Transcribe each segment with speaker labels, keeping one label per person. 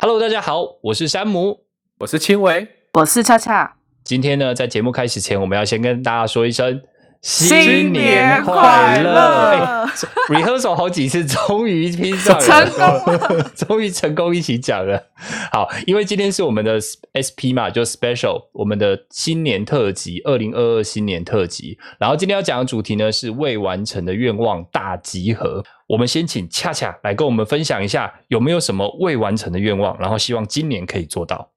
Speaker 1: Hello，大家好，我是山姆。
Speaker 2: 我是青伟，
Speaker 3: 我是恰恰，
Speaker 1: 今天呢，在节目开始前，我们要先跟大家说一声
Speaker 3: 新年快乐
Speaker 1: 哎 rehearsal 好几次，终于拼上了，
Speaker 3: 成功了，
Speaker 1: 终于成功一起讲了。好，因为今天是我们的 SP 嘛，就 Special 我们的新年特辑，二零二二新年特辑。然后今天要讲的主题呢是未完成的愿望大集合。我们先请恰恰来跟我们分享一下，有没有什么未完成的愿望，然后希望今年可以做到。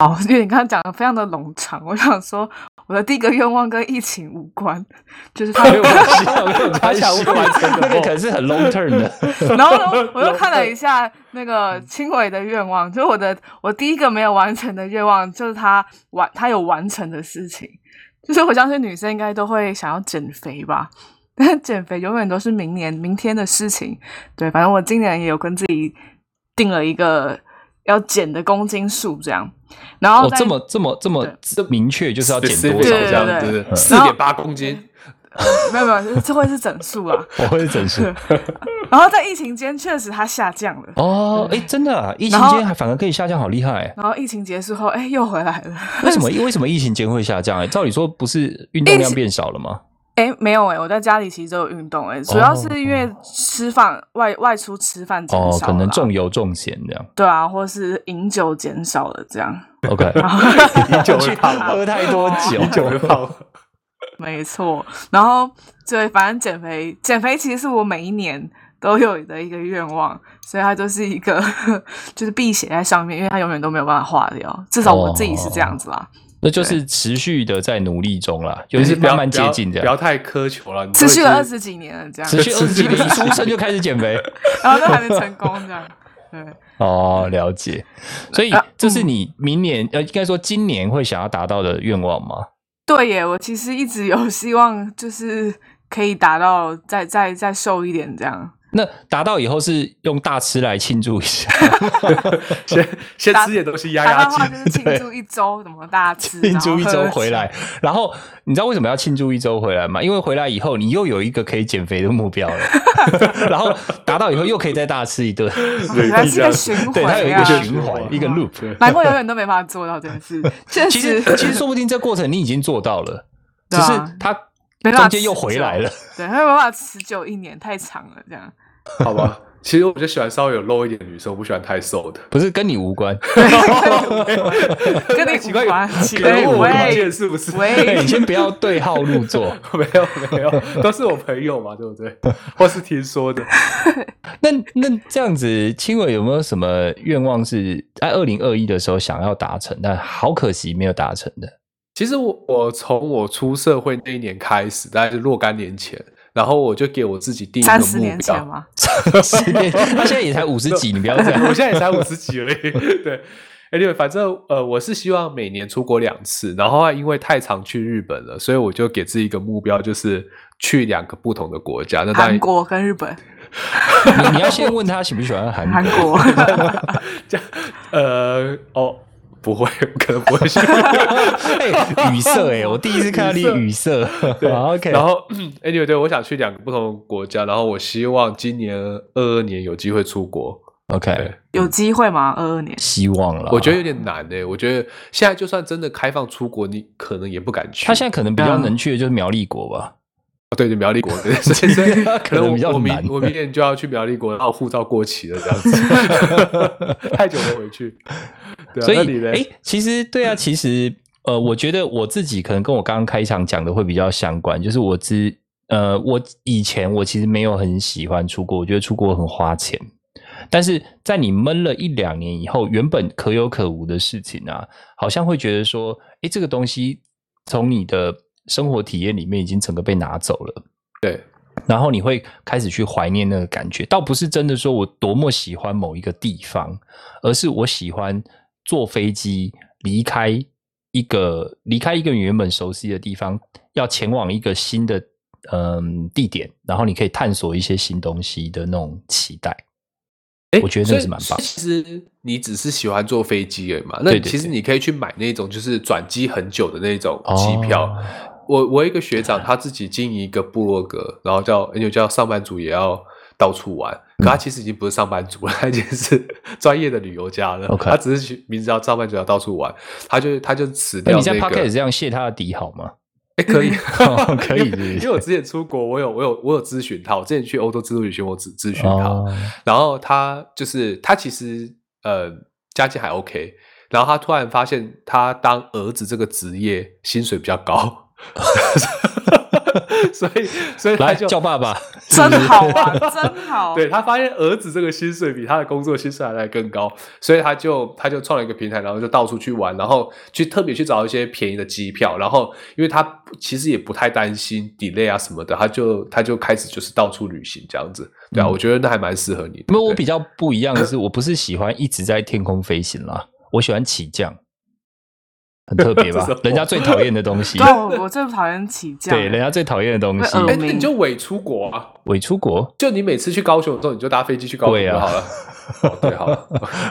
Speaker 3: 好，哦因为你刚刚讲的非常的冗长，我想说我的第一个愿望跟疫情无关，就是他
Speaker 1: 没有关系，没有 关系，
Speaker 2: 他想不完成的
Speaker 1: 那个可是很 long term 的。
Speaker 3: 然 后呢，我又看了一下那个
Speaker 1: 嗯
Speaker 3: 青伟的愿望，就是我的我第一个没有完成的愿望，就是他完他有完成的事情，就是我相信女生应该都会想要减肥吧，但减肥永远都是明年明天的事情。对，反正我今年也有跟自己定了一个要减的公斤数这样，然后
Speaker 1: 哦，
Speaker 3: 在
Speaker 1: 这么这么这么
Speaker 3: 对
Speaker 1: 这明确，就是要减多少嗯
Speaker 3: 对对
Speaker 1: 这
Speaker 2: 这
Speaker 1: 样
Speaker 2: 样
Speaker 1: 子。
Speaker 3: 对
Speaker 2: 子， 四
Speaker 3: 然后
Speaker 2: 点八公斤，
Speaker 3: 没有没有，这会是整数啊。
Speaker 1: 我会整数。
Speaker 3: 然后在疫情间确实它下降了，
Speaker 1: 哦，哎，真的啊，疫情
Speaker 3: 然后
Speaker 1: 间还反而可以下降，好厉害欸！
Speaker 3: 然后疫情结束后，哎，又回来了。
Speaker 1: 为什么？为什么疫情间会下降？哎，照理说不是运动量变少了吗？
Speaker 3: 哎，没有哎，我在家里其实都有运动哎，主要是因为吃饭、外外出吃饭减
Speaker 1: 哦，
Speaker 3: 少
Speaker 1: 可
Speaker 3: 了啦、
Speaker 1: 能重油重咸这 样。
Speaker 3: 对啊，或是饮酒减少了这样，
Speaker 1: OK，
Speaker 2: 饮酒会胖吗？
Speaker 1: 喝太多酒
Speaker 2: 饮酒会 胖吗，
Speaker 3: 没错。然后对，反正减肥减肥其实是我每一年都有的一个愿望，所以它就是一个 就是必写在上面，因为它永远都没有办法化掉，至少我自己是这样子啦。
Speaker 1: 那就是持续的在努力中啦，就
Speaker 2: 就是不要
Speaker 1: 慢慢接近这
Speaker 2: 不要
Speaker 1: 样。
Speaker 2: 不要太苛求了。你
Speaker 3: 持续了
Speaker 2: 都
Speaker 3: 二
Speaker 2: 已经
Speaker 3: 十几年了这样，
Speaker 1: 持续二十几年，
Speaker 2: 持续
Speaker 1: 一出生就开始减肥。
Speaker 3: 然后都还没成功这样。对，
Speaker 1: 哦，了解。所以
Speaker 3: 啊
Speaker 1: 这是你明年呃，应该说今年会想要达到的愿望吗？
Speaker 3: 对耶，我其实一直有 希望，就是可以达到再再再瘦一点这样。
Speaker 1: 那达到以后是用大吃来庆祝一下，
Speaker 2: 先先吃点东西压
Speaker 3: 达到
Speaker 2: 压
Speaker 3: 的话
Speaker 2: 惊
Speaker 3: 就，是庆祝一周，怎 么大家吃，
Speaker 1: 庆祝一
Speaker 3: 然
Speaker 1: 周
Speaker 3: 后喝
Speaker 1: 回来。然后你知道为什么要庆祝一周回来吗？因为回来以后你又有一个可以减肥的目标了， 然后达到以后又可以再大吃一顿，
Speaker 3: 原来是一个循
Speaker 1: 对，它有一
Speaker 3: 环
Speaker 1: 个
Speaker 3: 啊
Speaker 1: 循环，一个 loop。
Speaker 3: 难怪永远都没办法做到这 件事。确
Speaker 1: 其实
Speaker 3: 实，
Speaker 1: 其实说不定这过程你已经做到了，只
Speaker 3: 对啊
Speaker 1: 是它
Speaker 3: 没办法
Speaker 1: 中间又回来了。
Speaker 3: 对，没有办法持久一年，太长了 这样。
Speaker 2: 好吧？其实我就喜欢稍微有肉一点的女生，我不喜欢太瘦的。
Speaker 1: 不是跟你无关，
Speaker 3: 跟你
Speaker 2: 奇怪
Speaker 3: 无关
Speaker 2: 有
Speaker 3: 奇
Speaker 2: 跟
Speaker 3: 怪
Speaker 2: 我无
Speaker 3: 喂
Speaker 2: 关是不是？
Speaker 3: 喂
Speaker 1: 你先不要对号入座。
Speaker 2: 没有没有，都是我朋友嘛，对不对？ 或是听说的。
Speaker 1: 那那这样子，青伟有没有什么愿望是在二零二一的时候想要达成，但好可惜没有达成的？
Speaker 2: 其实我我从我出社会那一年开始，大概是若干年前，然后我就给我自己定一个
Speaker 3: 三十
Speaker 2: 目
Speaker 3: 年前
Speaker 2: 标。
Speaker 3: 吗？
Speaker 1: 十年，他现在也才五十几，你不要这样。
Speaker 2: 我现在也才五十几而已。 对，anyway，反正呃，我是希望每年出国两次，然后因为太常去日本了，所以我就给自己一个目标，就是去两个不同的国家。那当
Speaker 3: 韩
Speaker 2: 然，
Speaker 3: 国跟日本，
Speaker 1: 你你要先问他喜不喜欢韩
Speaker 3: 韩
Speaker 1: 国。
Speaker 3: 国
Speaker 2: 这样呃，哦，不会，可能不会去。
Speaker 1: 哎，语塞哎，我第一次看到你语塞。
Speaker 2: 对
Speaker 1: 哦 OK，
Speaker 2: 然后 anyway，对我想去两个不同的国家，然后我希望今年呃二二年有机会出国。
Speaker 1: OK，
Speaker 2: 对
Speaker 3: 有机会吗？二 二年，
Speaker 1: 希望了。
Speaker 2: 我觉得有点难诶、我觉得现在就算真的开放出国，你可能也不敢去。
Speaker 1: 他现在可能比
Speaker 2: 嗯
Speaker 1: 较能去的就是苗栗国吧。
Speaker 2: 哦对对苗栗 国，对所以所以
Speaker 1: 可
Speaker 2: 可
Speaker 1: 能
Speaker 2: 能
Speaker 1: 比较
Speaker 2: 我我明
Speaker 1: 难
Speaker 2: 我明年就要去苗栗国，然后护照过期了这 样子，太久没回去。对啊、
Speaker 1: 所以
Speaker 2: 那你，呢？
Speaker 1: 诶其实对 啊，其实呃，我觉得我自己可能跟我刚刚开场讲的会比较相关，就是我之呃，我以前我其实没有很喜欢出国，我觉得出国很花钱。但是在你闷了一两年以后，原本可有可无的事情啊，好像会觉得说，诶，这个东西从你的生活体验里面已经整个被拿走了。
Speaker 2: 对，
Speaker 1: 然后你会开始去怀念那个感觉，倒不是真的说我多么喜欢某一个地方，而是我喜欢坐飞机离开一个离开一个原本熟悉的地方，要前往一个新的嗯地点，然后你可以探索一些新东西的那种期待。
Speaker 2: 诶
Speaker 1: 我觉得那
Speaker 2: 所以
Speaker 1: 是蛮棒的
Speaker 2: 其实你只是喜欢坐飞机而已嘛，那
Speaker 1: 对对
Speaker 2: 其实
Speaker 1: 对
Speaker 2: 你可以去买那种就是转机很久的那种机票。
Speaker 1: 哦
Speaker 2: 我我有一个学长他自己经营一个部落格，然后叫因为叫上班族也要到处玩，
Speaker 1: 嗯
Speaker 2: 可他其实已经不是上班族了， 他已经是专业的旅游家了。
Speaker 1: OK
Speaker 2: 他只是去名字叫上班族要到处玩，他就他就辞
Speaker 1: 那
Speaker 2: 掉
Speaker 1: 你
Speaker 2: 那
Speaker 1: 在 p o c
Speaker 2: 个
Speaker 1: a s。t 这样卸他的底好 吗？
Speaker 2: 哎、可以
Speaker 1: 哦，可以是不是
Speaker 2: 因为因为我之前出国，我有我有我有咨询他，我之前去欧洲自助旅行，我咨咨询他，
Speaker 1: 哦，
Speaker 2: 然后他就是他其实呃家境还 OK，然后他突然发现他当儿子这个职业薪水比较高， 所以所以他
Speaker 1: 来
Speaker 2: 就
Speaker 1: 叫爸爸，
Speaker 3: 真好 啊，真好。
Speaker 2: 对他发现儿子这个薪水比他的工作薪水还来更高，所以他就他就创了一个平台，然后就到处去玩，然后去特别去找一些便宜的机票，然后因为他其实也不太担心 delay 啊什么的，他就他就开始就是到处旅行这样子，对啊，
Speaker 1: 嗯
Speaker 2: 我觉得那还蛮适合你的。
Speaker 1: 因为我
Speaker 2: 对
Speaker 1: 比较不一样的是，我不是喜欢一直在天空飞行啦，我喜欢起降，很特别吧
Speaker 2: 这是什么？
Speaker 1: 人家最讨厌的东 西
Speaker 3: 对，，啊我我最讨厌起降。欸
Speaker 1: 对，人家最讨厌的东西
Speaker 3: 会，耳
Speaker 2: 哎、
Speaker 3: 鸣
Speaker 2: 那你就伪出国啊，
Speaker 1: 伪出国，
Speaker 2: 就你每次去高雄的时候，你就搭飞机去高雄
Speaker 1: 对啊
Speaker 2: 就好了。 哦，对，好了，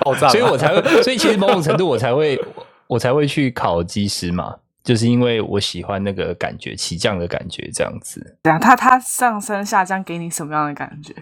Speaker 2: 爆炸了。哎
Speaker 1: 所以我 才会，所以其实某种程度我才会，我才会去考机师嘛，就是因为我喜欢那个感觉，起降的感觉这样子。
Speaker 3: 对啊，他他上升下降给你什么样的感觉？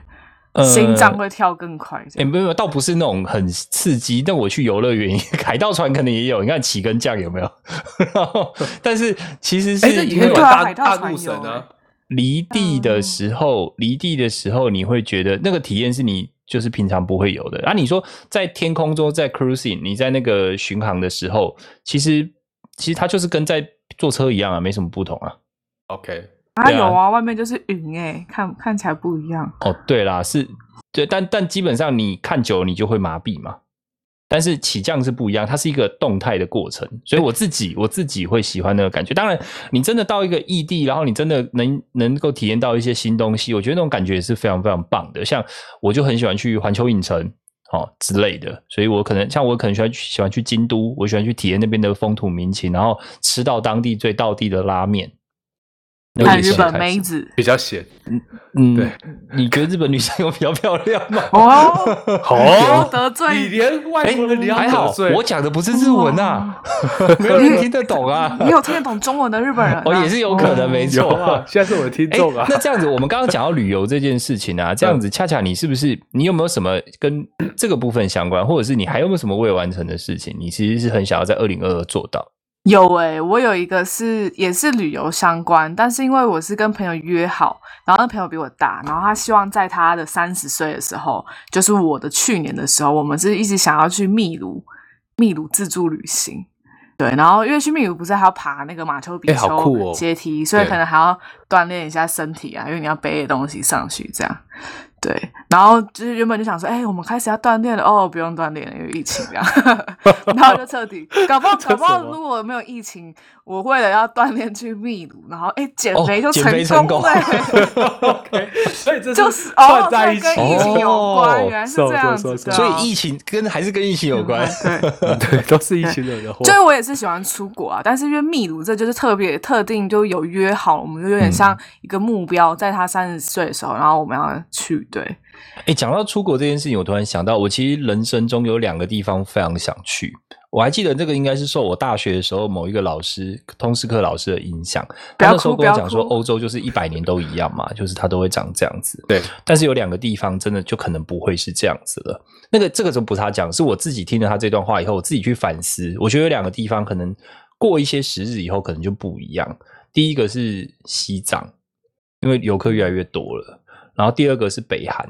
Speaker 1: 呃
Speaker 3: 心脏会跳更快这
Speaker 1: 哎、
Speaker 3: 样。
Speaker 1: 没有，没有倒不是那种很刺激。但我去游乐园， 海盗船可能也有，你看起跟降有没有？ 然后，但是其实
Speaker 2: 哎，那
Speaker 1: 是
Speaker 2: 你
Speaker 1: 因
Speaker 2: 可以
Speaker 1: 为
Speaker 2: 玩
Speaker 3: 对啊
Speaker 2: 大
Speaker 3: 海盗
Speaker 2: 大
Speaker 3: 船
Speaker 2: 陆神
Speaker 3: 有
Speaker 2: 啊
Speaker 3: 哎，
Speaker 1: 离地的时候，离地的时候，你会觉得那个体验是你就是平常不会有的。啊，你说在天空中在 cruising，你在那个巡航的时候，其实其实它就是跟在坐车一样啊，没什么不同啊。
Speaker 2: OK，
Speaker 1: 哎
Speaker 3: 啊，有啊，外面就是云哎、看看起来不一样。
Speaker 1: 哦，对啦，是，对，但但基本上你看久了你就会麻痹嘛。但是起降是不一样，它是一个动态的过程，所以我自己我自己会喜欢那个感觉。当然，你真的到一个异地，然后你真的能能够体验到一些新东西，我觉得那种感觉也是非常非常棒的。像我就很喜欢去环球影城。哦之类的，所以我可能像我可能喜欢去喜欢去京都，我喜欢去体验那边的风土民情，然后吃到当地最道地的拉面。那个
Speaker 3: 看
Speaker 1: 也是
Speaker 3: 日
Speaker 1: 很
Speaker 3: 本
Speaker 1: 开
Speaker 3: 妹
Speaker 1: 心
Speaker 3: 子
Speaker 2: 比较闲。
Speaker 1: 嗯，
Speaker 2: 对，
Speaker 1: 你觉得日本女生有比较漂亮 吗？
Speaker 3: 哦，
Speaker 2: 哦
Speaker 3: 得
Speaker 2: 你
Speaker 3: 罪
Speaker 2: 连外
Speaker 1: 哎
Speaker 2: 国人你要
Speaker 1: 还好
Speaker 2: 得罪，
Speaker 1: 我讲的不是日文啊， 没有人听得懂啊。
Speaker 3: 你有听得懂中文的日本人、啊？
Speaker 1: 哦，也是有可能，没
Speaker 2: 有
Speaker 1: 错
Speaker 2: 啊
Speaker 1: 啊，。
Speaker 2: 现在是我的听
Speaker 1: 哎
Speaker 2: 众啊，。
Speaker 1: 那这样子，我们刚刚讲到旅游这件事情 啊，这样子，恰恰你是不是你有没有什么跟这个部分相关，或者是你还有没有什么未完成的事情，你其实是很想要在二零二二做到？
Speaker 3: 有诶、我有一个是也是旅游相关，但是因为我是跟朋友约好，然后那朋友比我大，然后他希望在他的三十岁的时候，就是我的去年的时候，我们是一直想要去秘鲁，秘鲁自助旅行。对，然后因为去秘鲁不是还要爬那个马丘比
Speaker 2: 哎好酷
Speaker 3: 丘
Speaker 2: 哦
Speaker 3: 阶梯，所以
Speaker 2: 对
Speaker 3: 可能还要锻炼一下身体啊，因为你要背东西上去这样。对，然后就是原本就想说，哎、我们开始要锻炼了，哦，不用锻炼了，因为疫情这样， 然后就彻底，搞 不好
Speaker 2: 这
Speaker 3: 搞不好
Speaker 2: 什么
Speaker 3: 如果没有疫情，我为了要锻炼去秘鲁，然后哎、减
Speaker 1: 哦
Speaker 3: 肥就
Speaker 1: 减
Speaker 3: 成
Speaker 1: 肥成功
Speaker 3: 功 了、
Speaker 2: OK，所以这
Speaker 3: 就是哦
Speaker 2: 串，在
Speaker 3: 这
Speaker 2: 一起
Speaker 3: 跟疫情有
Speaker 1: 哦
Speaker 3: 关，原来是这样子
Speaker 2: 是
Speaker 3: 的，哦
Speaker 2: 啊
Speaker 1: 所以疫情跟还是跟疫情有关。
Speaker 3: 对。
Speaker 2: 对，都是一群人的货。
Speaker 3: 就是我也是喜欢出国啊，但是因为秘鲁这就是特别特定，就有约好，我们就有
Speaker 1: 嗯
Speaker 3: 点像一个目标，在他三十岁的时候，然后我们要去。对，
Speaker 1: 哎，讲到出国这件事情，我突然想到，我其实人生中有两个地方非常想去。我还记得这个应该是受我大学的时候某一个老师，通识课老师的影响。
Speaker 3: 不要
Speaker 1: 他那时候
Speaker 3: 哭
Speaker 1: 跟我
Speaker 3: 不要
Speaker 1: 讲说，
Speaker 3: 哭
Speaker 1: 欧洲就是一百年都一样嘛，就是它都会长这样子。
Speaker 2: 对，
Speaker 1: 但是有两个地方真的就可能不会是这样子了。那个这个就不是他讲，是我自己听了他这段话以后，我自己去反思。我觉得有两个地方可能过一些时日以后，可能就不一样。第一个是西藏，因为游客越来越多了。然后第二个是北韩，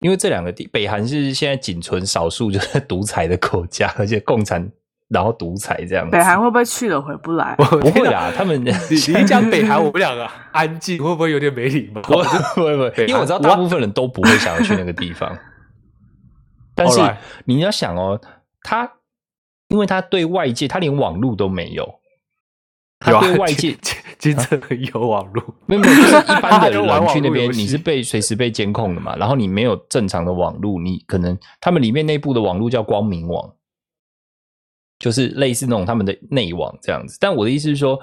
Speaker 1: 因为这两个地，北韩是现在仅存少数就是 独裁的国家，而且共产然后独裁这样子。
Speaker 3: 北韩会不会去了回不来？
Speaker 1: 不会啦，他们
Speaker 2: 你你一讲北韩，我们两个安静，会不会有点没礼貌？
Speaker 1: 不会 不会不会，
Speaker 2: 对
Speaker 1: 因为我知道
Speaker 2: 啊
Speaker 1: 大部分人都不会想要去那个地方。但是
Speaker 2: Alright
Speaker 1: 你要想哦，他因为他对外界，他连网络都没有，
Speaker 2: 有
Speaker 1: 他
Speaker 2: 啊
Speaker 1: 对外界
Speaker 2: 金金金正恩有网络，
Speaker 1: 没有，没有，就是一 般的
Speaker 2: 就玩
Speaker 1: 人
Speaker 2: 网
Speaker 1: 去那
Speaker 2: 络
Speaker 1: 边
Speaker 2: 游，戏
Speaker 1: 你是被随时被监控的嘛。然后你没有正常的网路，你可能他们里面内部的网路叫光明网，就是类似那种他们的内网这样子。但我的意思是说，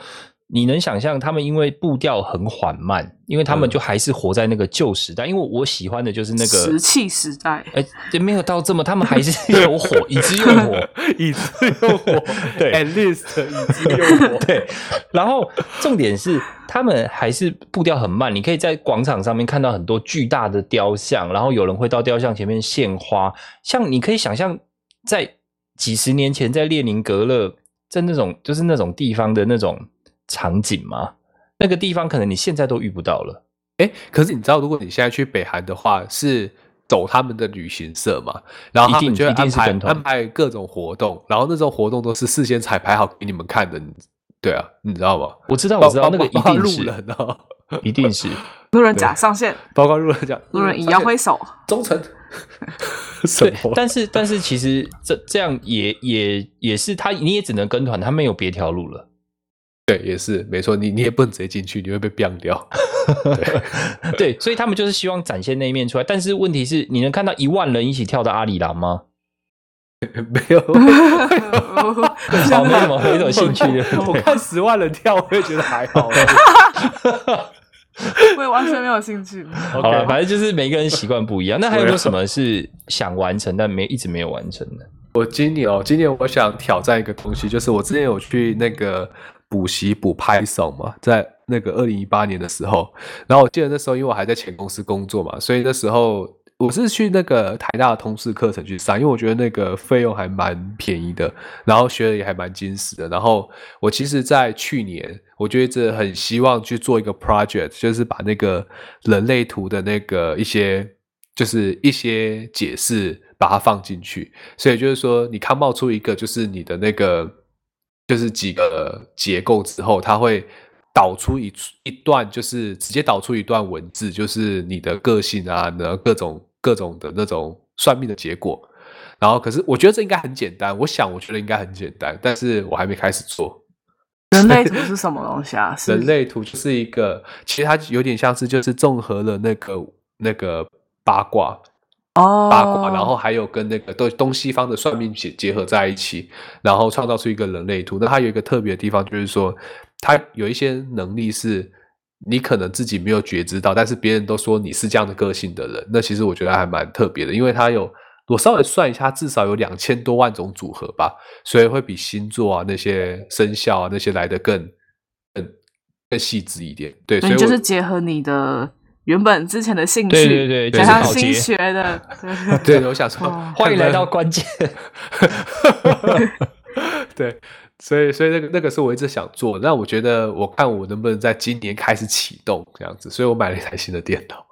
Speaker 1: 你能想象他们因为步调很缓慢，因为他们
Speaker 2: 嗯
Speaker 1: 就还是活在那个旧时代。因为我喜欢的就是那个
Speaker 3: 石器时代，
Speaker 1: 哎，这没有到这么，他们还是有火， 以之用火。
Speaker 2: 椅子用火，
Speaker 1: 对
Speaker 2: ，at least 椅子用 火，
Speaker 1: 对，然后重点是他们还是步调很慢，你可以在广场上面看到很多巨大的雕像，然后有人会到雕像前面献花。像你可以想象，在几十年前，在列宁格勒，在那种就是那种地方的那种场景吗？那个地方可能你现在都遇不到了。
Speaker 2: 哎，可是你知道，如果你现在去北韩的话，是走他们的旅行社嘛，然后他
Speaker 1: 一定
Speaker 2: 们就会
Speaker 1: 一定
Speaker 2: 安
Speaker 1: 是
Speaker 2: 排
Speaker 1: 跟团
Speaker 2: 安排各种活动，然后那种活动都是事先彩排好给你们看的，你对啊，你知道吗？
Speaker 1: 我知道，我知道，
Speaker 2: 包
Speaker 1: 那个一
Speaker 2: 包括
Speaker 1: 定
Speaker 2: 路
Speaker 1: 是，
Speaker 2: 人哦，
Speaker 1: 一定是。
Speaker 3: 路人甲上线，
Speaker 2: 包括路人讲，嗯
Speaker 3: 路人乙
Speaker 2: 上
Speaker 3: 嗯要
Speaker 2: 线
Speaker 3: 挥 手，
Speaker 2: 忠诚，什
Speaker 1: 对，
Speaker 2: 么？
Speaker 1: 但是但是其实这这样也也也是他，你也只能跟团，他没有别条路了。
Speaker 2: 对，也是没错，你你也不能直接进去，你会被 biang 掉。
Speaker 1: 对，所以他们就是希望展现那一面出来。但是问题是，你能看到一万人一起跳到阿里郎吗？
Speaker 2: 没有，
Speaker 1: 好，没什么没什么兴趣的。
Speaker 2: 我看十万人跳，我也觉得还 好。
Speaker 3: 我也完全没有兴趣。
Speaker 1: 好了，
Speaker 2: OK，啊
Speaker 1: 反正就是每个人习惯不一样。那还有没有什么是想完成但没一直没有完成的？
Speaker 2: 我今年哦，今年我想挑战一个东西，就是我之前有去那个补习补 Python 嘛，在那个二零一八年的时候，然后我记得那时候因为我还在前公司工作嘛，所以那时候我是去那个台大的通识课程去上，因为我觉得那个费用还蛮便宜的，然后学的也还蛮精实的。然后我其实，在去年我就一直很希望去做一个 project，就是把那个人类图的那个一些就是一些解释把它放进去，所以就是说你看冒出一个就是你的那个就是几个结构之后，它会。导出一出一段，就是直接导出一段文字，就是你的个性啊，然后各种各种的那种算命的结果。然后，可是我觉得这应该很简单，我想我觉得应该很简单，但是我还没开始做。
Speaker 3: 人类图是什么东 西啊？是
Speaker 2: 人类图就是一个，其实它有点像是就是综合了那个那个八卦
Speaker 3: 哦，
Speaker 2: 八卦，然后还有跟那个东东西方的算命结结合在一起，然后创造出一个人类图。那它有一个特别的地方，就是说它有一些能力是你可能自己没有觉知到，但是别人都说你是这样的个性的人。那其实我觉得还蛮特别的，因为它有我稍微算一下，至少有两千多万种组合吧，所以会比星座啊那些生肖啊那些来的更更更细致一点。对，所
Speaker 3: 所
Speaker 2: 以
Speaker 3: 以嗯
Speaker 2: 我
Speaker 3: 就是结合你的原本之前的兴趣，
Speaker 1: 对对对对
Speaker 3: 加上
Speaker 1: 就是跑街
Speaker 3: 新学 的，对
Speaker 2: 对，我想说
Speaker 3: 哦，
Speaker 1: 欢迎来到关键。
Speaker 2: 对，所以所以那个那个是我一直想做的，那我觉得我看我能不能在今年开始启动这样子，所以我买了一台新的电脑。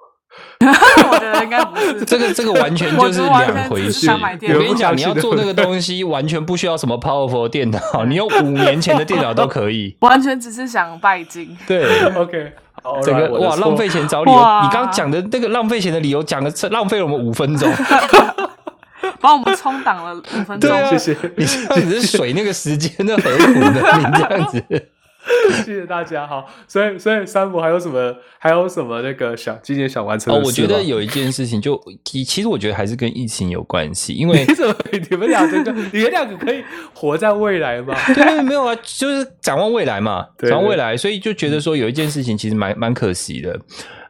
Speaker 3: 我觉得应该不 是
Speaker 1: 这个这个完全就是两回
Speaker 3: 我
Speaker 1: 事。
Speaker 3: 只想买电
Speaker 1: 我
Speaker 3: 脑
Speaker 1: 跟你讲，你要做那个东西，完全不需要什么 powerful 电脑，你用五年前的电脑都可 以。
Speaker 3: 完全只是想拜金。
Speaker 1: 对，
Speaker 2: OK，好，
Speaker 1: 整个
Speaker 2: alright，我的
Speaker 1: 哇，
Speaker 2: 错
Speaker 1: 浪费钱找理由。
Speaker 3: 哇
Speaker 1: 你刚刚讲的那个浪费钱的理由，讲的是浪费了我们五分钟。
Speaker 3: 帮我们充档了五分钟
Speaker 1: 对。啊，
Speaker 2: 谢谢
Speaker 1: 你这样子是水那个时间那何苦呢？你这样子，
Speaker 2: 谢谢大家。好，所以所以山姆还有什么还有什么那个想今年想完成
Speaker 1: 哦
Speaker 2: 的，事
Speaker 1: 我觉得
Speaker 2: 吗。
Speaker 1: 有一件事情就，其其实我觉得还是跟疫情有关系，因 为
Speaker 2: 你怎么？你们俩真的，你们两个可以活在未来吗？
Speaker 1: 对对，没有啊，就是展望未来嘛，
Speaker 2: 对
Speaker 1: 展望未来，所以就觉得说有一件事情其实蛮蛮可惜的，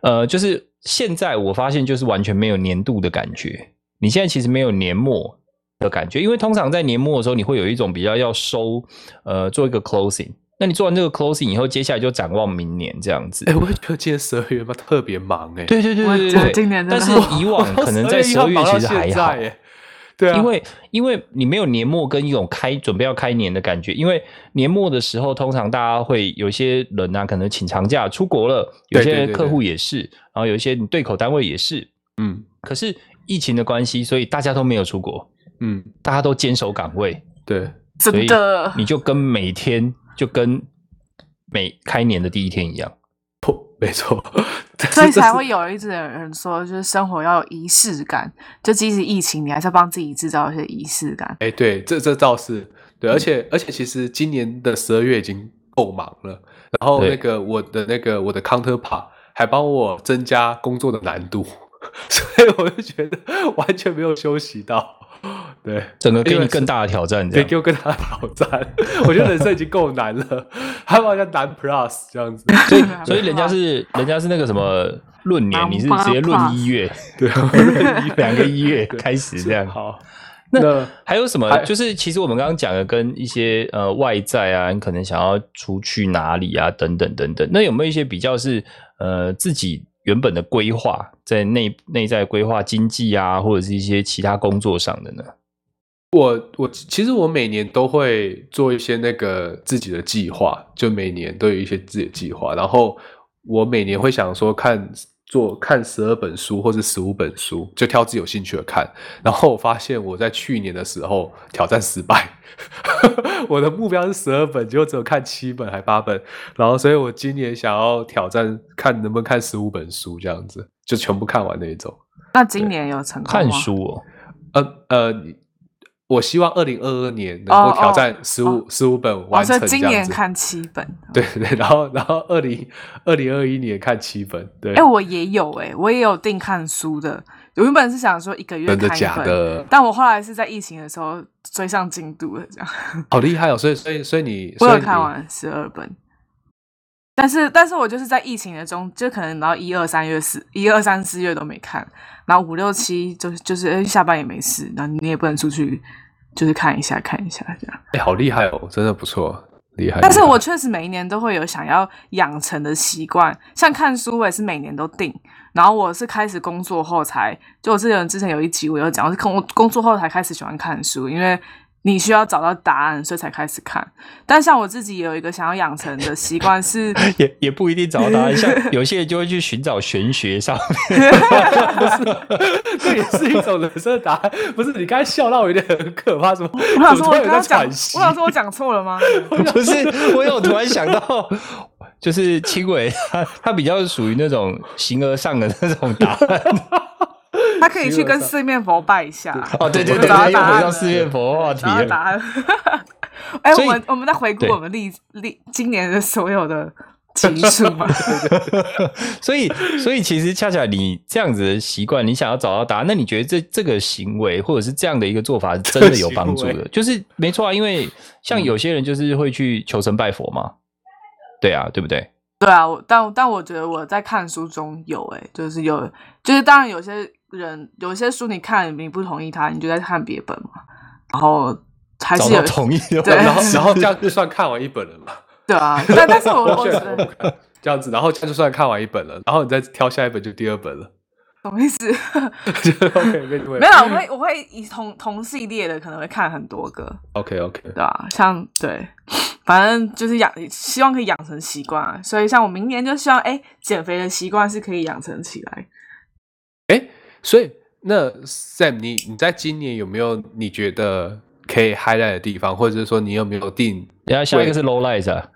Speaker 1: 呃，就是现在我发现就是完全没有年度的感觉，你现在其实没有年末的感觉，因为通常在年末的时候你会有一种比较要收，呃，做一个 closing，那你做完这个 closing 以后，接下来就展望明年这样子
Speaker 2: 哎、。我会觉得今年十二月嘛特别忙哎、
Speaker 1: 对对对
Speaker 3: 我
Speaker 1: 对
Speaker 3: 我
Speaker 1: 对
Speaker 3: 今年
Speaker 1: 对，
Speaker 3: 真的
Speaker 1: 但是以往可能在
Speaker 2: 12
Speaker 1: 十二
Speaker 2: 要
Speaker 1: 月
Speaker 2: 忙到
Speaker 1: 其实还
Speaker 2: 现在
Speaker 1: 好，
Speaker 2: 欸对啊，
Speaker 1: 因为因为你没有年末跟一种开准备要开年的感觉，因为年末的时候，通常大家会有些人啊，可能请长假出国了，有
Speaker 2: 对
Speaker 1: 些
Speaker 2: 对对
Speaker 1: 客户
Speaker 2: 对
Speaker 1: 也是，然后有一些你对口单位也是。
Speaker 2: 嗯
Speaker 1: 可是疫情的关系，所以大家都没有出国，
Speaker 2: 嗯，
Speaker 1: 大家都坚守岗位，
Speaker 2: 对，
Speaker 1: 所以
Speaker 3: 真的，
Speaker 1: 你就跟每天就跟每开年的第一天一样。
Speaker 2: 不，没错，
Speaker 3: 所以
Speaker 2: 这
Speaker 3: 才
Speaker 2: 是
Speaker 3: 会有一直有人说，就是生活要有仪式感。就即使疫情，你还是要帮自己制造一些仪式感。
Speaker 2: 哎，对，这这倒是对，
Speaker 1: 嗯
Speaker 2: 而且而且其实今年的十二月已经够忙了，然后
Speaker 1: 对
Speaker 2: 那个我的那个我的 counterpart 还帮我增加 工作的难度，所以我就觉得完全没有休息到。对，
Speaker 1: 整个给你更大的挑战，这
Speaker 2: 对，
Speaker 1: 样
Speaker 2: 给我跟他挑战。我觉得人生已经够难了，还好像难 plus 这 样子。
Speaker 1: 所以所以人家是人家是那个什么论年，你是直接论一月，
Speaker 2: 对，
Speaker 1: 两个一月开始这样。
Speaker 2: 好，
Speaker 1: 那
Speaker 2: 那
Speaker 1: 还有什么
Speaker 2: 还？
Speaker 1: 就是其实我们刚刚讲的，跟一些呃外在啊，你可能想要出去哪里啊，等等等等。那有没有一些比较是呃自己原本的规划，在内内在规划经济啊，或者是一些其他工作上的呢？
Speaker 2: 我我其实我每年都会做一些那个自己的计划，就每年都有一些自己的计划。然后我每年会想说看做看十二本书或者十五本书，就挑自己有兴趣的看。然后我发现我在去年的时候挑战失败， 我的目标是十二本，结果只有看七本还八本。然后所以我今年想要挑战看能不能看十五本书，这样子就全部看完那一种。
Speaker 3: 那今年有成功
Speaker 1: 看
Speaker 3: 吗？
Speaker 1: 书哦，
Speaker 2: 呃呃，你我希望二零二二年能够
Speaker 3: 哦
Speaker 2: 挑
Speaker 3: 哦
Speaker 2: 战十
Speaker 3: 哦
Speaker 2: 五十五本
Speaker 3: 哦，
Speaker 2: 完
Speaker 3: 所
Speaker 2: 成
Speaker 3: 以
Speaker 2: 这
Speaker 3: 今
Speaker 2: 样
Speaker 3: 年
Speaker 2: 子。
Speaker 3: 看七本。
Speaker 2: 对对，然后然后二零二零二一年看七本，对，
Speaker 3: 哎、我也有哎、我也有订看书的。我原本是想说一个月
Speaker 2: 真
Speaker 3: 看
Speaker 2: 的
Speaker 3: 一本，
Speaker 2: 假的？
Speaker 3: 但我后来是在疫情的时候追上进度了， 这样
Speaker 2: 好厉害哦！所以所以所以你，
Speaker 3: 我
Speaker 2: 所
Speaker 3: 有
Speaker 2: 以
Speaker 3: 看
Speaker 2: 你，
Speaker 3: 完十二本。但是，但是我就是在疫情的中，就可能然后一二三月四一二三四月都没看，然后五六七就是就是哎下班也没事，然后你也不能出去，就是看一下看一下这样。
Speaker 2: 哎，好厉害哦，真的不错，厉害。
Speaker 3: 但是
Speaker 2: 厉害
Speaker 3: 我确实每一年都会有想要养成的习惯，像看书我也是每年都定。然后我是开始工作后才，就我之前之前有一集我有讲，我是工工作后才开始喜欢看书，因为你需要找到答案，所以才开始看。但像我自己也有一个想要养成的习惯 是，
Speaker 1: 也也不一定找到答案，像有些人就会去寻找玄学上 面。
Speaker 2: 这也是一种人生的答案，不是？你刚才笑到我有点很可怕，什么？
Speaker 3: 我想说
Speaker 2: 怎么突
Speaker 3: 我
Speaker 2: 然有
Speaker 3: 刚刚
Speaker 2: 在
Speaker 3: 讲，
Speaker 2: 喘息
Speaker 3: 我想说我讲错了 吗？
Speaker 1: 不是，我有突然想到，就是青伟他他比较属于那种形而上的那种答案。
Speaker 3: 他可以去跟四面佛拜一下，
Speaker 1: 哦，对对对
Speaker 3: 找到
Speaker 1: 对，又
Speaker 3: 答
Speaker 1: 回
Speaker 3: 案
Speaker 1: 到
Speaker 3: 了
Speaker 1: 四面佛话题
Speaker 3: 找到
Speaker 1: 了。
Speaker 3: 答案。哎，
Speaker 1: 所
Speaker 3: 我
Speaker 1: 以
Speaker 3: 们我们再回顾
Speaker 1: 对
Speaker 3: 我们历历今年的所有的集数 嘛。
Speaker 1: 所以，所以其实恰恰你这样子的习惯，你想要找到答案，那你觉得这这个行为或者是这样的一个做法，是真的有帮助
Speaker 2: 这个行
Speaker 1: 的？就是没错啊，因为像
Speaker 3: 嗯
Speaker 1: 有些人就是会去求神拜佛嘛，对啊，对不对？
Speaker 3: 对啊，我但但我觉得我在看书中有诶、就是有，就是当然有些人有些书你看你不同意他，你就在看别本嘛，然后还
Speaker 1: 找
Speaker 3: 是
Speaker 1: 到
Speaker 3: 有
Speaker 1: 同意的
Speaker 3: 对
Speaker 1: 方
Speaker 2: 然后
Speaker 1: 式
Speaker 2: 然后这样就算看完一本了嘛？
Speaker 3: 对啊，但但是我我
Speaker 2: 对
Speaker 3: 觉
Speaker 2: 我
Speaker 3: 得
Speaker 2: 不看这样子，然后这样就算看完一本了，然后你再挑下一本就第二本了，
Speaker 3: 什么意思？
Speaker 2: 就 OK 没
Speaker 3: 没有，啊我会我会以同同系列的可能会看很多个，
Speaker 2: OK OK，
Speaker 3: 对吧、像对，反正就是养，希望可以养成习惯、啊。所以像我明年就希望，哎，减肥的习惯是可以养成起来。
Speaker 2: 所以那 Sam，你你在今年有没有你觉得可以 highlight 的地方，或者是说你有没 有定
Speaker 1: 然后下一个是 low light 啊，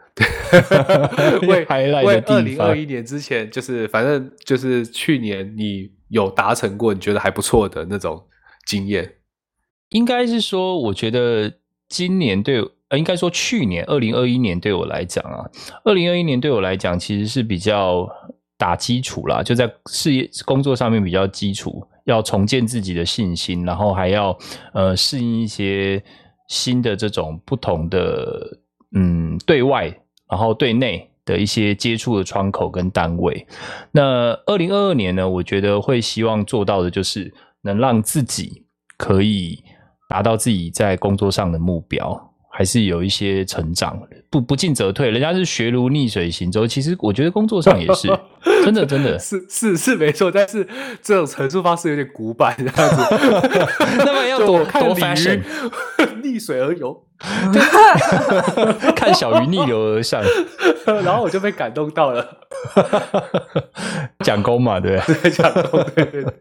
Speaker 2: 为
Speaker 1: highlight 的
Speaker 2: 为二
Speaker 1: 地
Speaker 2: 零
Speaker 1: 方啊
Speaker 2: 二一年之前，就是反正就是去年你有达成过你觉得还不错的那种经验？
Speaker 1: 应该是说，我觉得今年对我，呃，应该说去年二零二一年对我来讲啊，二零二一年对我来讲其实是比较打基础啦，就在事业工作上面比较基础，要重建自己的信心，然后还要呃适应一些新的这种不同的嗯对外，然后对内。的一些接触的窗口跟单位，那二零二二年呢，我觉得会希望做到的就是能让自己可以达到自己在工作上的目标，还是有一些成长，不不进则退。人家是学如逆水行舟，其实我觉得工作上也是真的真的。
Speaker 2: 是是是没错，但是这种陈述方式有点古板这样子。
Speaker 1: 那么要
Speaker 2: 就
Speaker 1: 多
Speaker 2: 我看
Speaker 1: 多
Speaker 2: 鲤
Speaker 1: fashion，
Speaker 2: 鱼 逆水而游，
Speaker 1: 看小鱼逆流而上，
Speaker 2: 然后我就被感动到了。
Speaker 1: 讲功嘛，对不对？
Speaker 2: 在讲东对对对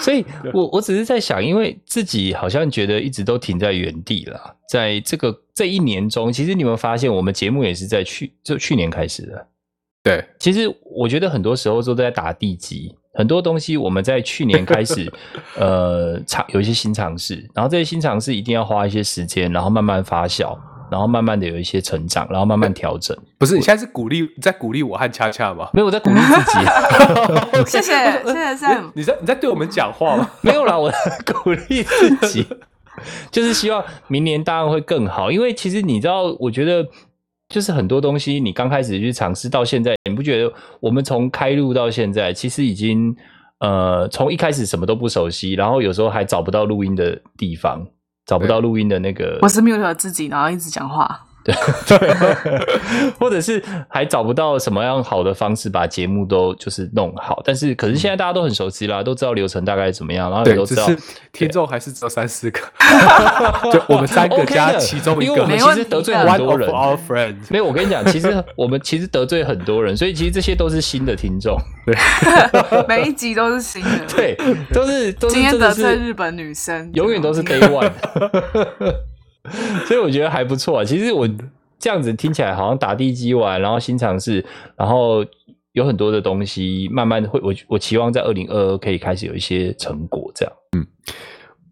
Speaker 1: 所以我我只是在想，因为自己好像觉得一直都停在原地了，在这个这一年中，其实你们发现我们节目也是在去就去年开始的，
Speaker 2: 对，
Speaker 1: 其实我觉得很多时候都在打地基，很多东西我们在去年开始，呃，尝有一些新尝试，然后这些新尝试一定要花一些时间，然后慢慢发酵，然后慢慢的有一些成长，然后慢慢调整。
Speaker 2: 不是你现在是鼓励，你在鼓励我和恰恰吗？
Speaker 1: 没有我在鼓励自己，
Speaker 3: 谢谢谢谢 Sam，
Speaker 2: 你在你在对我们讲话吗？
Speaker 1: 没有啦，我在鼓励自己。就是希望明年当然会更好，因为其实你知道，我觉得就是很多东西你刚开始去尝试到现在，你不觉得我们从开路到现在，其实已经呃从一开始什么都不熟悉，然后有时候还找不到录音的地方，找不到录音的那个
Speaker 3: 我是 mute 了自己，然后一直讲话。
Speaker 1: 对，或者是还找不到什么样好的方式把节目都就是弄好，但是可是现在大家都很熟悉啦，都知道流程大概怎么样，然后也
Speaker 2: 对，
Speaker 1: 都
Speaker 2: 只
Speaker 1: 知道
Speaker 2: 是听众还是只有三 四个，就我们三个
Speaker 1: OK 的
Speaker 2: 加其中一
Speaker 1: 因
Speaker 2: 个
Speaker 1: 为我们
Speaker 3: 没
Speaker 1: 其
Speaker 3: 问
Speaker 1: 实
Speaker 3: 题啊
Speaker 1: 得罪
Speaker 3: 的
Speaker 1: 很
Speaker 2: one
Speaker 1: 多
Speaker 2: of
Speaker 1: 人。
Speaker 2: our friends。
Speaker 1: 没有，我跟你讲，其实我们其实得罪很多人，所以其实这些都是新的听 众，
Speaker 3: 每一集都是新的。，
Speaker 1: 对，都是都是
Speaker 3: 今天
Speaker 1: 真的
Speaker 3: 得罪
Speaker 1: 是
Speaker 3: 日本啊女生，
Speaker 1: 永远都是 day one，所以我觉得还不错啊。其实我这样子听起来好像打地基玩，然后新尝试，然后有很多的东西慢慢会，我我期望在二零二二可以开始有一些成果，这样。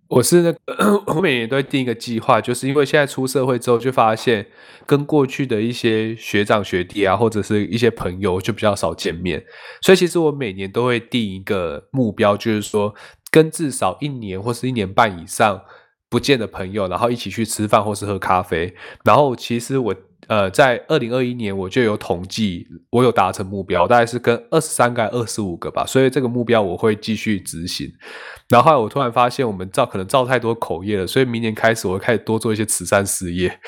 Speaker 2: 我是那个， 我每年都会定一个计划，就是因为现在出社会之后，就发现跟过去的一些学长学弟啊，或者是一些朋友就比较少见面，所以其实我每年都会定一个目标，就是说跟至少一年或是一年半以上不见的朋友，然后一起去吃饭或是喝咖啡。然后其实我呃，在二零二一年我就有统计，我有达成目标，大概是跟二十三个、二十五个吧，所以这个目标我会继续执行。然后后来我突然发现，我们造可能造太多口业了，所以明年开始我会开始多做一些慈善事业，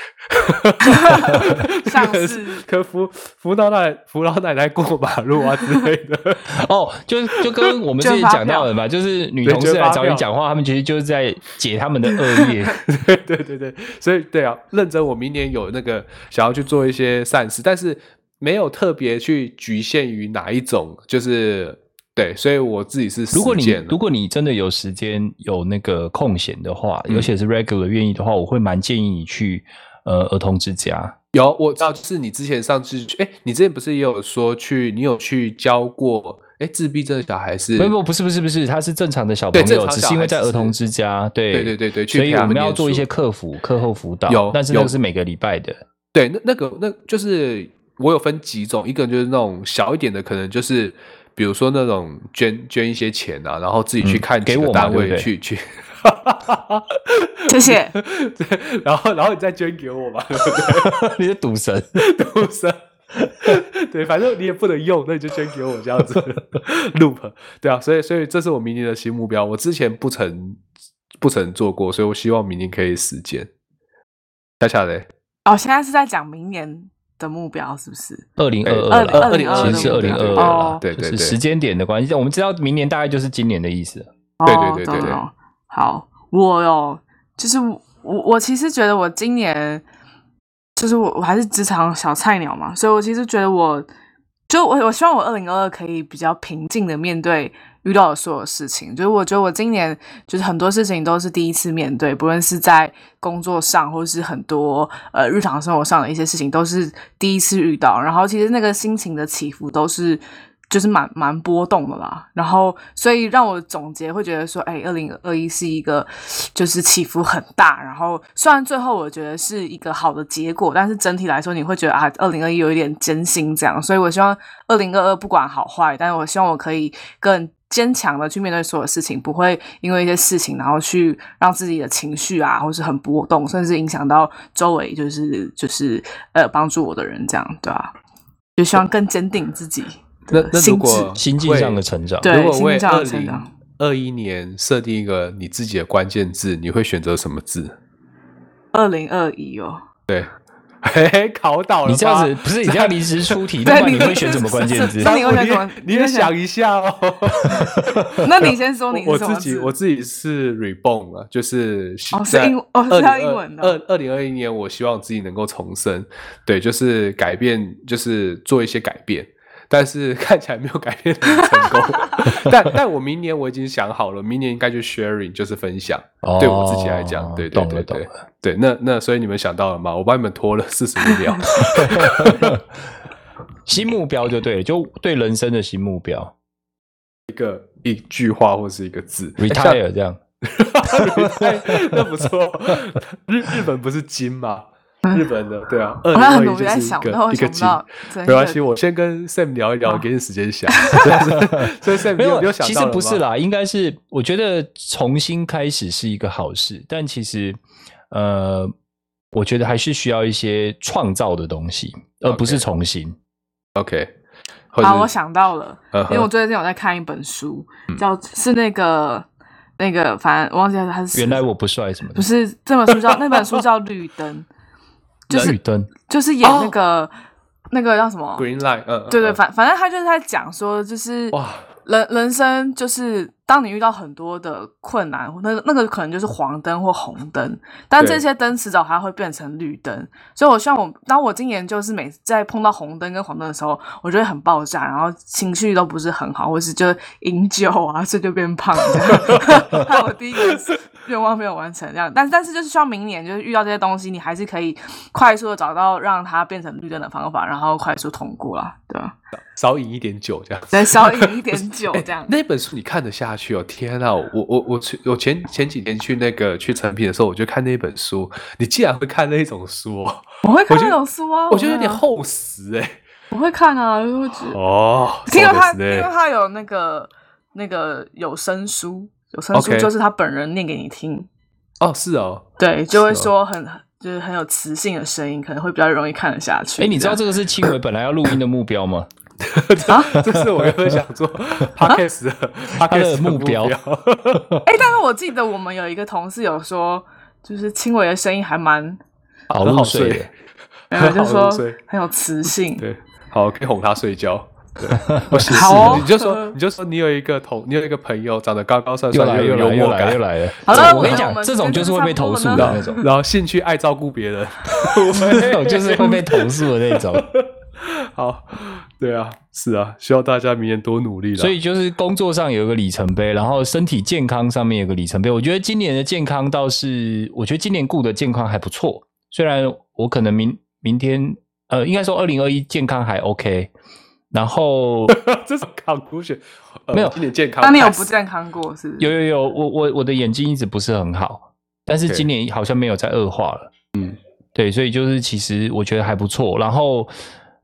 Speaker 3: 像是
Speaker 2: 可扶扶老奶扶老奶奶过马路啊之类的。
Speaker 1: 哦，就就跟我们之前讲到的 嘛，就是女同事来找你讲话，他们其实就是在解他们的恶业。
Speaker 2: 对对对对，所以对啊，认真，我明年有那个想要去做一些善事，但是没有特别去局限于哪一种，就是对，所以我自己是
Speaker 1: 如果你
Speaker 2: 实践了
Speaker 1: 如果你真的有时间有那个空闲的话，
Speaker 2: 嗯
Speaker 1: 尤其是 regular 愿意的话，我会蛮建议你去呃儿童之家。
Speaker 2: 有我知道，就是你之前上次去，哎，你之前不是也有说去，你有去教过，哎，自闭症的小孩是
Speaker 1: 不不不是不是不是，他是正常的小朋
Speaker 2: 对正
Speaker 1: 友，
Speaker 2: 常小
Speaker 1: 只是因为在儿童之家，对
Speaker 2: 对对对对去
Speaker 1: 所以
Speaker 2: 陪他
Speaker 1: 我
Speaker 2: 们
Speaker 1: 们要
Speaker 2: 念
Speaker 1: 做一
Speaker 2: 书
Speaker 1: 些客服课后辅导，
Speaker 2: 有
Speaker 1: 但是那
Speaker 2: 有
Speaker 1: 个是每个礼拜 的。
Speaker 2: 对，那那个那就是我有分几种，一个就是那种小一点的，可能就是比如说那种捐捐一些钱啊，然后自己去
Speaker 1: 嗯
Speaker 2: 看
Speaker 1: 给
Speaker 2: 几个
Speaker 1: 我嘛
Speaker 2: 单
Speaker 1: 对不
Speaker 2: 位
Speaker 1: 对
Speaker 2: 去去，
Speaker 3: 谢谢。
Speaker 2: 对然后然后你再捐给我嘛，
Speaker 1: 你是赌神，
Speaker 2: 不是？ 对，反正你也不能用，那你就捐给我这样子 loop。对啊，所以所以这是我明年的新目标，我之前不曾不曾做过，所以我希望明年可以实践。恰恰嘞，
Speaker 3: 哦，现在是在讲明年的目标，是不是？
Speaker 2: 哎
Speaker 1: 二零二
Speaker 2: 对
Speaker 1: 二
Speaker 3: 2022
Speaker 1: 其实是二
Speaker 2: 的
Speaker 1: 零
Speaker 2: 目
Speaker 1: 二
Speaker 2: 标
Speaker 1: 二
Speaker 3: 哦
Speaker 1: 啦，
Speaker 2: 对对
Speaker 1: 就是
Speaker 2: 对
Speaker 1: 时间点的关系。我们知道明年大概就是今年的意思了。
Speaker 2: 对
Speaker 3: 哦
Speaker 2: 对对对对
Speaker 3: 懂了好，我有，就是我我其实觉得我今年就是我我还是职场小菜鸟嘛，所以我其实觉得我就我我希望我二零二二可以比较平静的面对遇到的所有事情，就是我觉得我今年就是很多事情都是第一次面对，不论是在工作上或是很多呃日常生活上的一些事情都是第一次遇到，然后其实那个心情的起伏都是就是蛮蛮波动的啦。然后，所以让我总结会觉得说，哎，二零二一是一个就是起伏很大。然后，虽然最后我觉得是一个好的结果，但是整体来说，你会觉得啊，二零二一有一点艰辛这样。所以我希望二零二二不管好坏，但是我希望我可以更。坚强的去面对所有事情，不会因为一些事情，然后去让自己的情绪啊，或是很波动，甚至影响到周围，就是就是呃帮助我的人，这样对吧、就希望更坚定自己
Speaker 2: 那
Speaker 3: 的
Speaker 2: 那如
Speaker 3: 心智。
Speaker 2: 果
Speaker 1: 心境
Speaker 2: 会
Speaker 1: 上的成长
Speaker 3: 对
Speaker 2: 如果
Speaker 3: 心
Speaker 2: 为
Speaker 3: 境上
Speaker 2: 二
Speaker 3: 的成
Speaker 2: 零
Speaker 3: 长
Speaker 2: 二一年设定一个你自己的关键字，你会选择什么字？
Speaker 3: 二零二一哦，
Speaker 2: 嘿嘿， 考倒了吧，
Speaker 1: 你这样子不是你这样临时出题，
Speaker 3: 对
Speaker 1: 那么你
Speaker 3: 你
Speaker 1: 会选什么关键字
Speaker 3: 是？
Speaker 2: 张
Speaker 3: 那你会
Speaker 2: 虎
Speaker 3: 选
Speaker 2: 也
Speaker 3: 什么
Speaker 2: 你也
Speaker 3: 你会选
Speaker 2: 想一下哦。
Speaker 3: 那你先说你
Speaker 2: 我我
Speaker 3: 是什么
Speaker 2: 自己
Speaker 3: 字
Speaker 2: 我自己是 reborn 啊，就是
Speaker 3: 哦是
Speaker 2: 在
Speaker 3: 英哦是
Speaker 2: 2022
Speaker 3: 要英文的
Speaker 2: 二二零二一年，我希望自己能够重生，对，就是改变，就是做一些改变。但是看起来没有改变得很 成功，但但我明年我已经想好了，明年应该就 sharing 就是分享，
Speaker 1: 哦
Speaker 2: 对我自己来讲，对对
Speaker 1: 懂
Speaker 2: 对
Speaker 1: 了懂
Speaker 2: 对
Speaker 1: 了。
Speaker 2: 对，那那所以你们想到了吗？我帮你们拖了四十五秒，
Speaker 1: 新目标就对了，就对人生的新目标
Speaker 2: 一句话或是一个字哎
Speaker 1: ，retire 这样。
Speaker 2: 那不错。日日本不是金嘛？日本的，对啊，二
Speaker 3: 我
Speaker 2: 零
Speaker 3: 在哦
Speaker 2: 二
Speaker 3: 很
Speaker 2: 一
Speaker 3: 努力
Speaker 2: 就
Speaker 3: 在
Speaker 2: 是一
Speaker 3: 想，但
Speaker 2: 个
Speaker 3: 我
Speaker 2: 一个
Speaker 3: 想不
Speaker 2: 季。
Speaker 3: 到。啊真
Speaker 2: 没关系，
Speaker 3: 的
Speaker 2: 我先跟 Sam 聊一聊，
Speaker 3: 好
Speaker 2: 给你时 间想。所以 Sam，你有你有想
Speaker 1: 啊其
Speaker 2: 到
Speaker 1: 实
Speaker 2: 了
Speaker 1: 不是
Speaker 2: 吗，
Speaker 1: 啦，应该是我觉得重新开始是一个好事，但其实呃，我觉得还是需要一些创造的东西，而
Speaker 2: OK
Speaker 1: 不是重新。
Speaker 2: OK，或者
Speaker 3: 好，
Speaker 2: 是
Speaker 3: 我想到了，
Speaker 2: 嗯
Speaker 3: 因
Speaker 2: 哼
Speaker 3: 为我最近有在看一本书，叫是那个那个，反正我忘记了它是
Speaker 1: 原来我不帅什么
Speaker 3: 不
Speaker 1: 的，
Speaker 3: 是这本书叫那本书叫《绿灯》，就是
Speaker 1: 绿灯
Speaker 3: 就是演
Speaker 2: 哦
Speaker 3: 那个那个叫什么？
Speaker 2: Green Line，嗯，嗯
Speaker 3: 对对，
Speaker 2: 嗯
Speaker 3: 反反正他就是在讲说，就是
Speaker 2: 哇
Speaker 3: 人人生就是当你遇到很多的困难，那那个可能就是黄灯或红灯，但
Speaker 2: 对
Speaker 3: 这些灯迟早它会变成绿灯。所以我希望我当我今年就是每次在碰到红灯跟黄灯的时候，我就会很爆炸，然后情绪都不是很好，或是就饮酒啊，所以就变 胖这样。害我第一个愿望没有完成这样，但但是就是希望明年就是遇到这些东西，你还是可以快速的找到让它变成绿灯的方法，然后快速通过啦，对吧？
Speaker 2: 少饮一点酒这样。
Speaker 3: 再 少饮一点酒这样。
Speaker 2: 哎那本书你看得下去哦？天啊，我我我去，我前前几天去那个去成品的时候，我就看那本书。你竟然会看那种书、哦，
Speaker 3: 我会看那种书啊，
Speaker 2: 我觉得有
Speaker 3: 会
Speaker 2: 点
Speaker 3: 啊，
Speaker 2: 厚实哎、
Speaker 3: 我会看啊，因为我觉得
Speaker 2: 哦，
Speaker 3: 听到他，
Speaker 2: そ う
Speaker 3: 因
Speaker 1: 欸
Speaker 2: です
Speaker 3: 为
Speaker 2: ね
Speaker 3: 他有那个那个有声书，有声书
Speaker 2: OK
Speaker 3: 就是他本人念给你听，
Speaker 2: 哦是哦，
Speaker 3: 对，就会
Speaker 2: 是哦
Speaker 3: 说很就是很有磁性的声音，可能会比较容易看得下去。
Speaker 1: 哎，你知道
Speaker 3: 这
Speaker 1: 这个是青伟本来要录音的目标 吗？
Speaker 3: 样啊？
Speaker 2: 这是我原本想 做 podcast 的 podcast
Speaker 1: 目标
Speaker 2: 标。
Speaker 3: 哎，但是我记得我们有一个同事有说，就是轻微的声音还蛮，
Speaker 1: 好
Speaker 2: 很
Speaker 1: 入
Speaker 2: 好
Speaker 1: 睡的
Speaker 2: 睡，
Speaker 3: 没 有就说
Speaker 2: 好所以
Speaker 3: 很有磁性。
Speaker 2: 对，好，可以哄他睡觉。 对，我试
Speaker 3: 好哦
Speaker 2: 你就说，你就说，你有一个同，你有一个朋友长得高高帅
Speaker 1: 又
Speaker 2: 帅，
Speaker 1: 来
Speaker 2: 又啊有
Speaker 1: 又
Speaker 2: 幽
Speaker 1: 来又
Speaker 2: 默
Speaker 1: 来
Speaker 2: 感
Speaker 1: 又，来了。
Speaker 3: 好了
Speaker 1: 这
Speaker 3: 我
Speaker 1: 我跟你
Speaker 3: 们
Speaker 1: 讲
Speaker 3: 我，们
Speaker 1: 这种就是会被投诉
Speaker 3: 差
Speaker 1: 的那
Speaker 3: 不
Speaker 2: 然后
Speaker 1: 种，
Speaker 2: 然后兴趣爱照顾别人，
Speaker 1: 这种就是会被投诉的那种。
Speaker 2: 好，对啊，是啊，希望大家明年多努力了。
Speaker 1: 所以就是工作上有一个里程碑，然后身体健康上面有个里程碑。我觉得今年的健康倒是，我觉得今年顾的健康还不错。虽然我可能明明天，呃，应该说二零二一健康还 OK，然后
Speaker 2: 这种考古学
Speaker 1: 没有
Speaker 2: 呃今年健康
Speaker 3: 当你有
Speaker 2: pass
Speaker 3: 不健康过是？
Speaker 1: 有有有，我我我的眼睛一直不是很好，但是
Speaker 2: OK
Speaker 1: 今年好像没有再恶化了。
Speaker 2: 嗯，
Speaker 1: 对，所以就是其实我觉得还不错。然后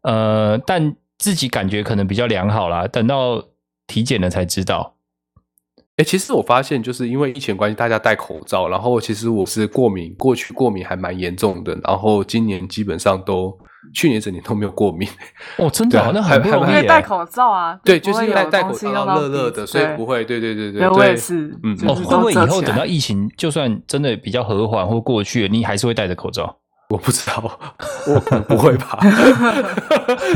Speaker 1: 呃，但自己感觉可能比较良好啦，等到体检了才知道。
Speaker 2: 哎、其实我发现，就是因为疫情关系，大家戴口罩，然后其实我是过敏，过去过敏还蛮严重的，然后今年基本上都，去年整年都没有过敏。
Speaker 1: 哦，真的、
Speaker 2: 对
Speaker 1: 哦
Speaker 2: 啊，
Speaker 1: 那
Speaker 2: 还
Speaker 1: 很不
Speaker 2: 还
Speaker 1: 容
Speaker 3: 因
Speaker 1: 易
Speaker 3: 为
Speaker 1: 耶
Speaker 3: 戴口罩啊，
Speaker 2: 对，就是
Speaker 3: 不会
Speaker 2: 因为
Speaker 3: 有
Speaker 2: 戴戴口
Speaker 3: 东西
Speaker 2: 罩
Speaker 3: 用到
Speaker 2: 热热
Speaker 3: 鼻
Speaker 2: 的，
Speaker 3: 子
Speaker 2: 所以
Speaker 3: 对
Speaker 2: 不会。对对对对
Speaker 3: 对我也
Speaker 2: 对，
Speaker 3: 是
Speaker 2: 嗯，
Speaker 3: 就
Speaker 1: 哦，
Speaker 3: 是
Speaker 1: 会不会
Speaker 3: 都
Speaker 1: 以
Speaker 3: 遮
Speaker 1: 后
Speaker 3: 起
Speaker 1: 等
Speaker 3: 来
Speaker 1: 到疫情就算真的比较和缓或过去了，你还是会戴着口罩？
Speaker 2: 我不知道， 我可能不会 吧，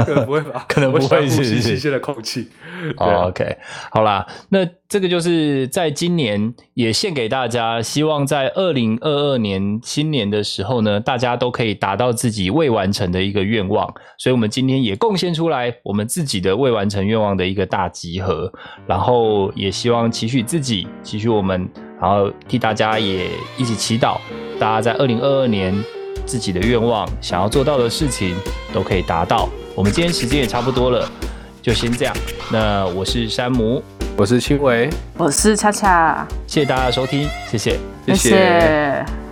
Speaker 2: 可能不会吧，
Speaker 1: 可能不
Speaker 2: 我
Speaker 1: 会
Speaker 2: 喜欢呼
Speaker 1: 是
Speaker 2: 吸
Speaker 1: 是
Speaker 2: 新鲜的空气。对
Speaker 1: 哦
Speaker 2: 啊
Speaker 1: OK，好啦，那这个就是在今年也献给大家，希望在二零二二年新年的时候呢，大家都可以达到自己未完成的一个愿望。所以，我们今天也贡献出来我们自己的未完成愿望的一个大集合，然后也希望期许自己，期许我们，然后替大家也一起祈祷，大家在二零二二年自己的愿望想要做到的事情都可以达到。我们今天时间也差不多了。就先这样。那我是山姆，
Speaker 2: 我是青伟，
Speaker 3: 我是恰恰，
Speaker 1: 谢谢大家的收听，谢谢。
Speaker 2: 谢
Speaker 3: 谢。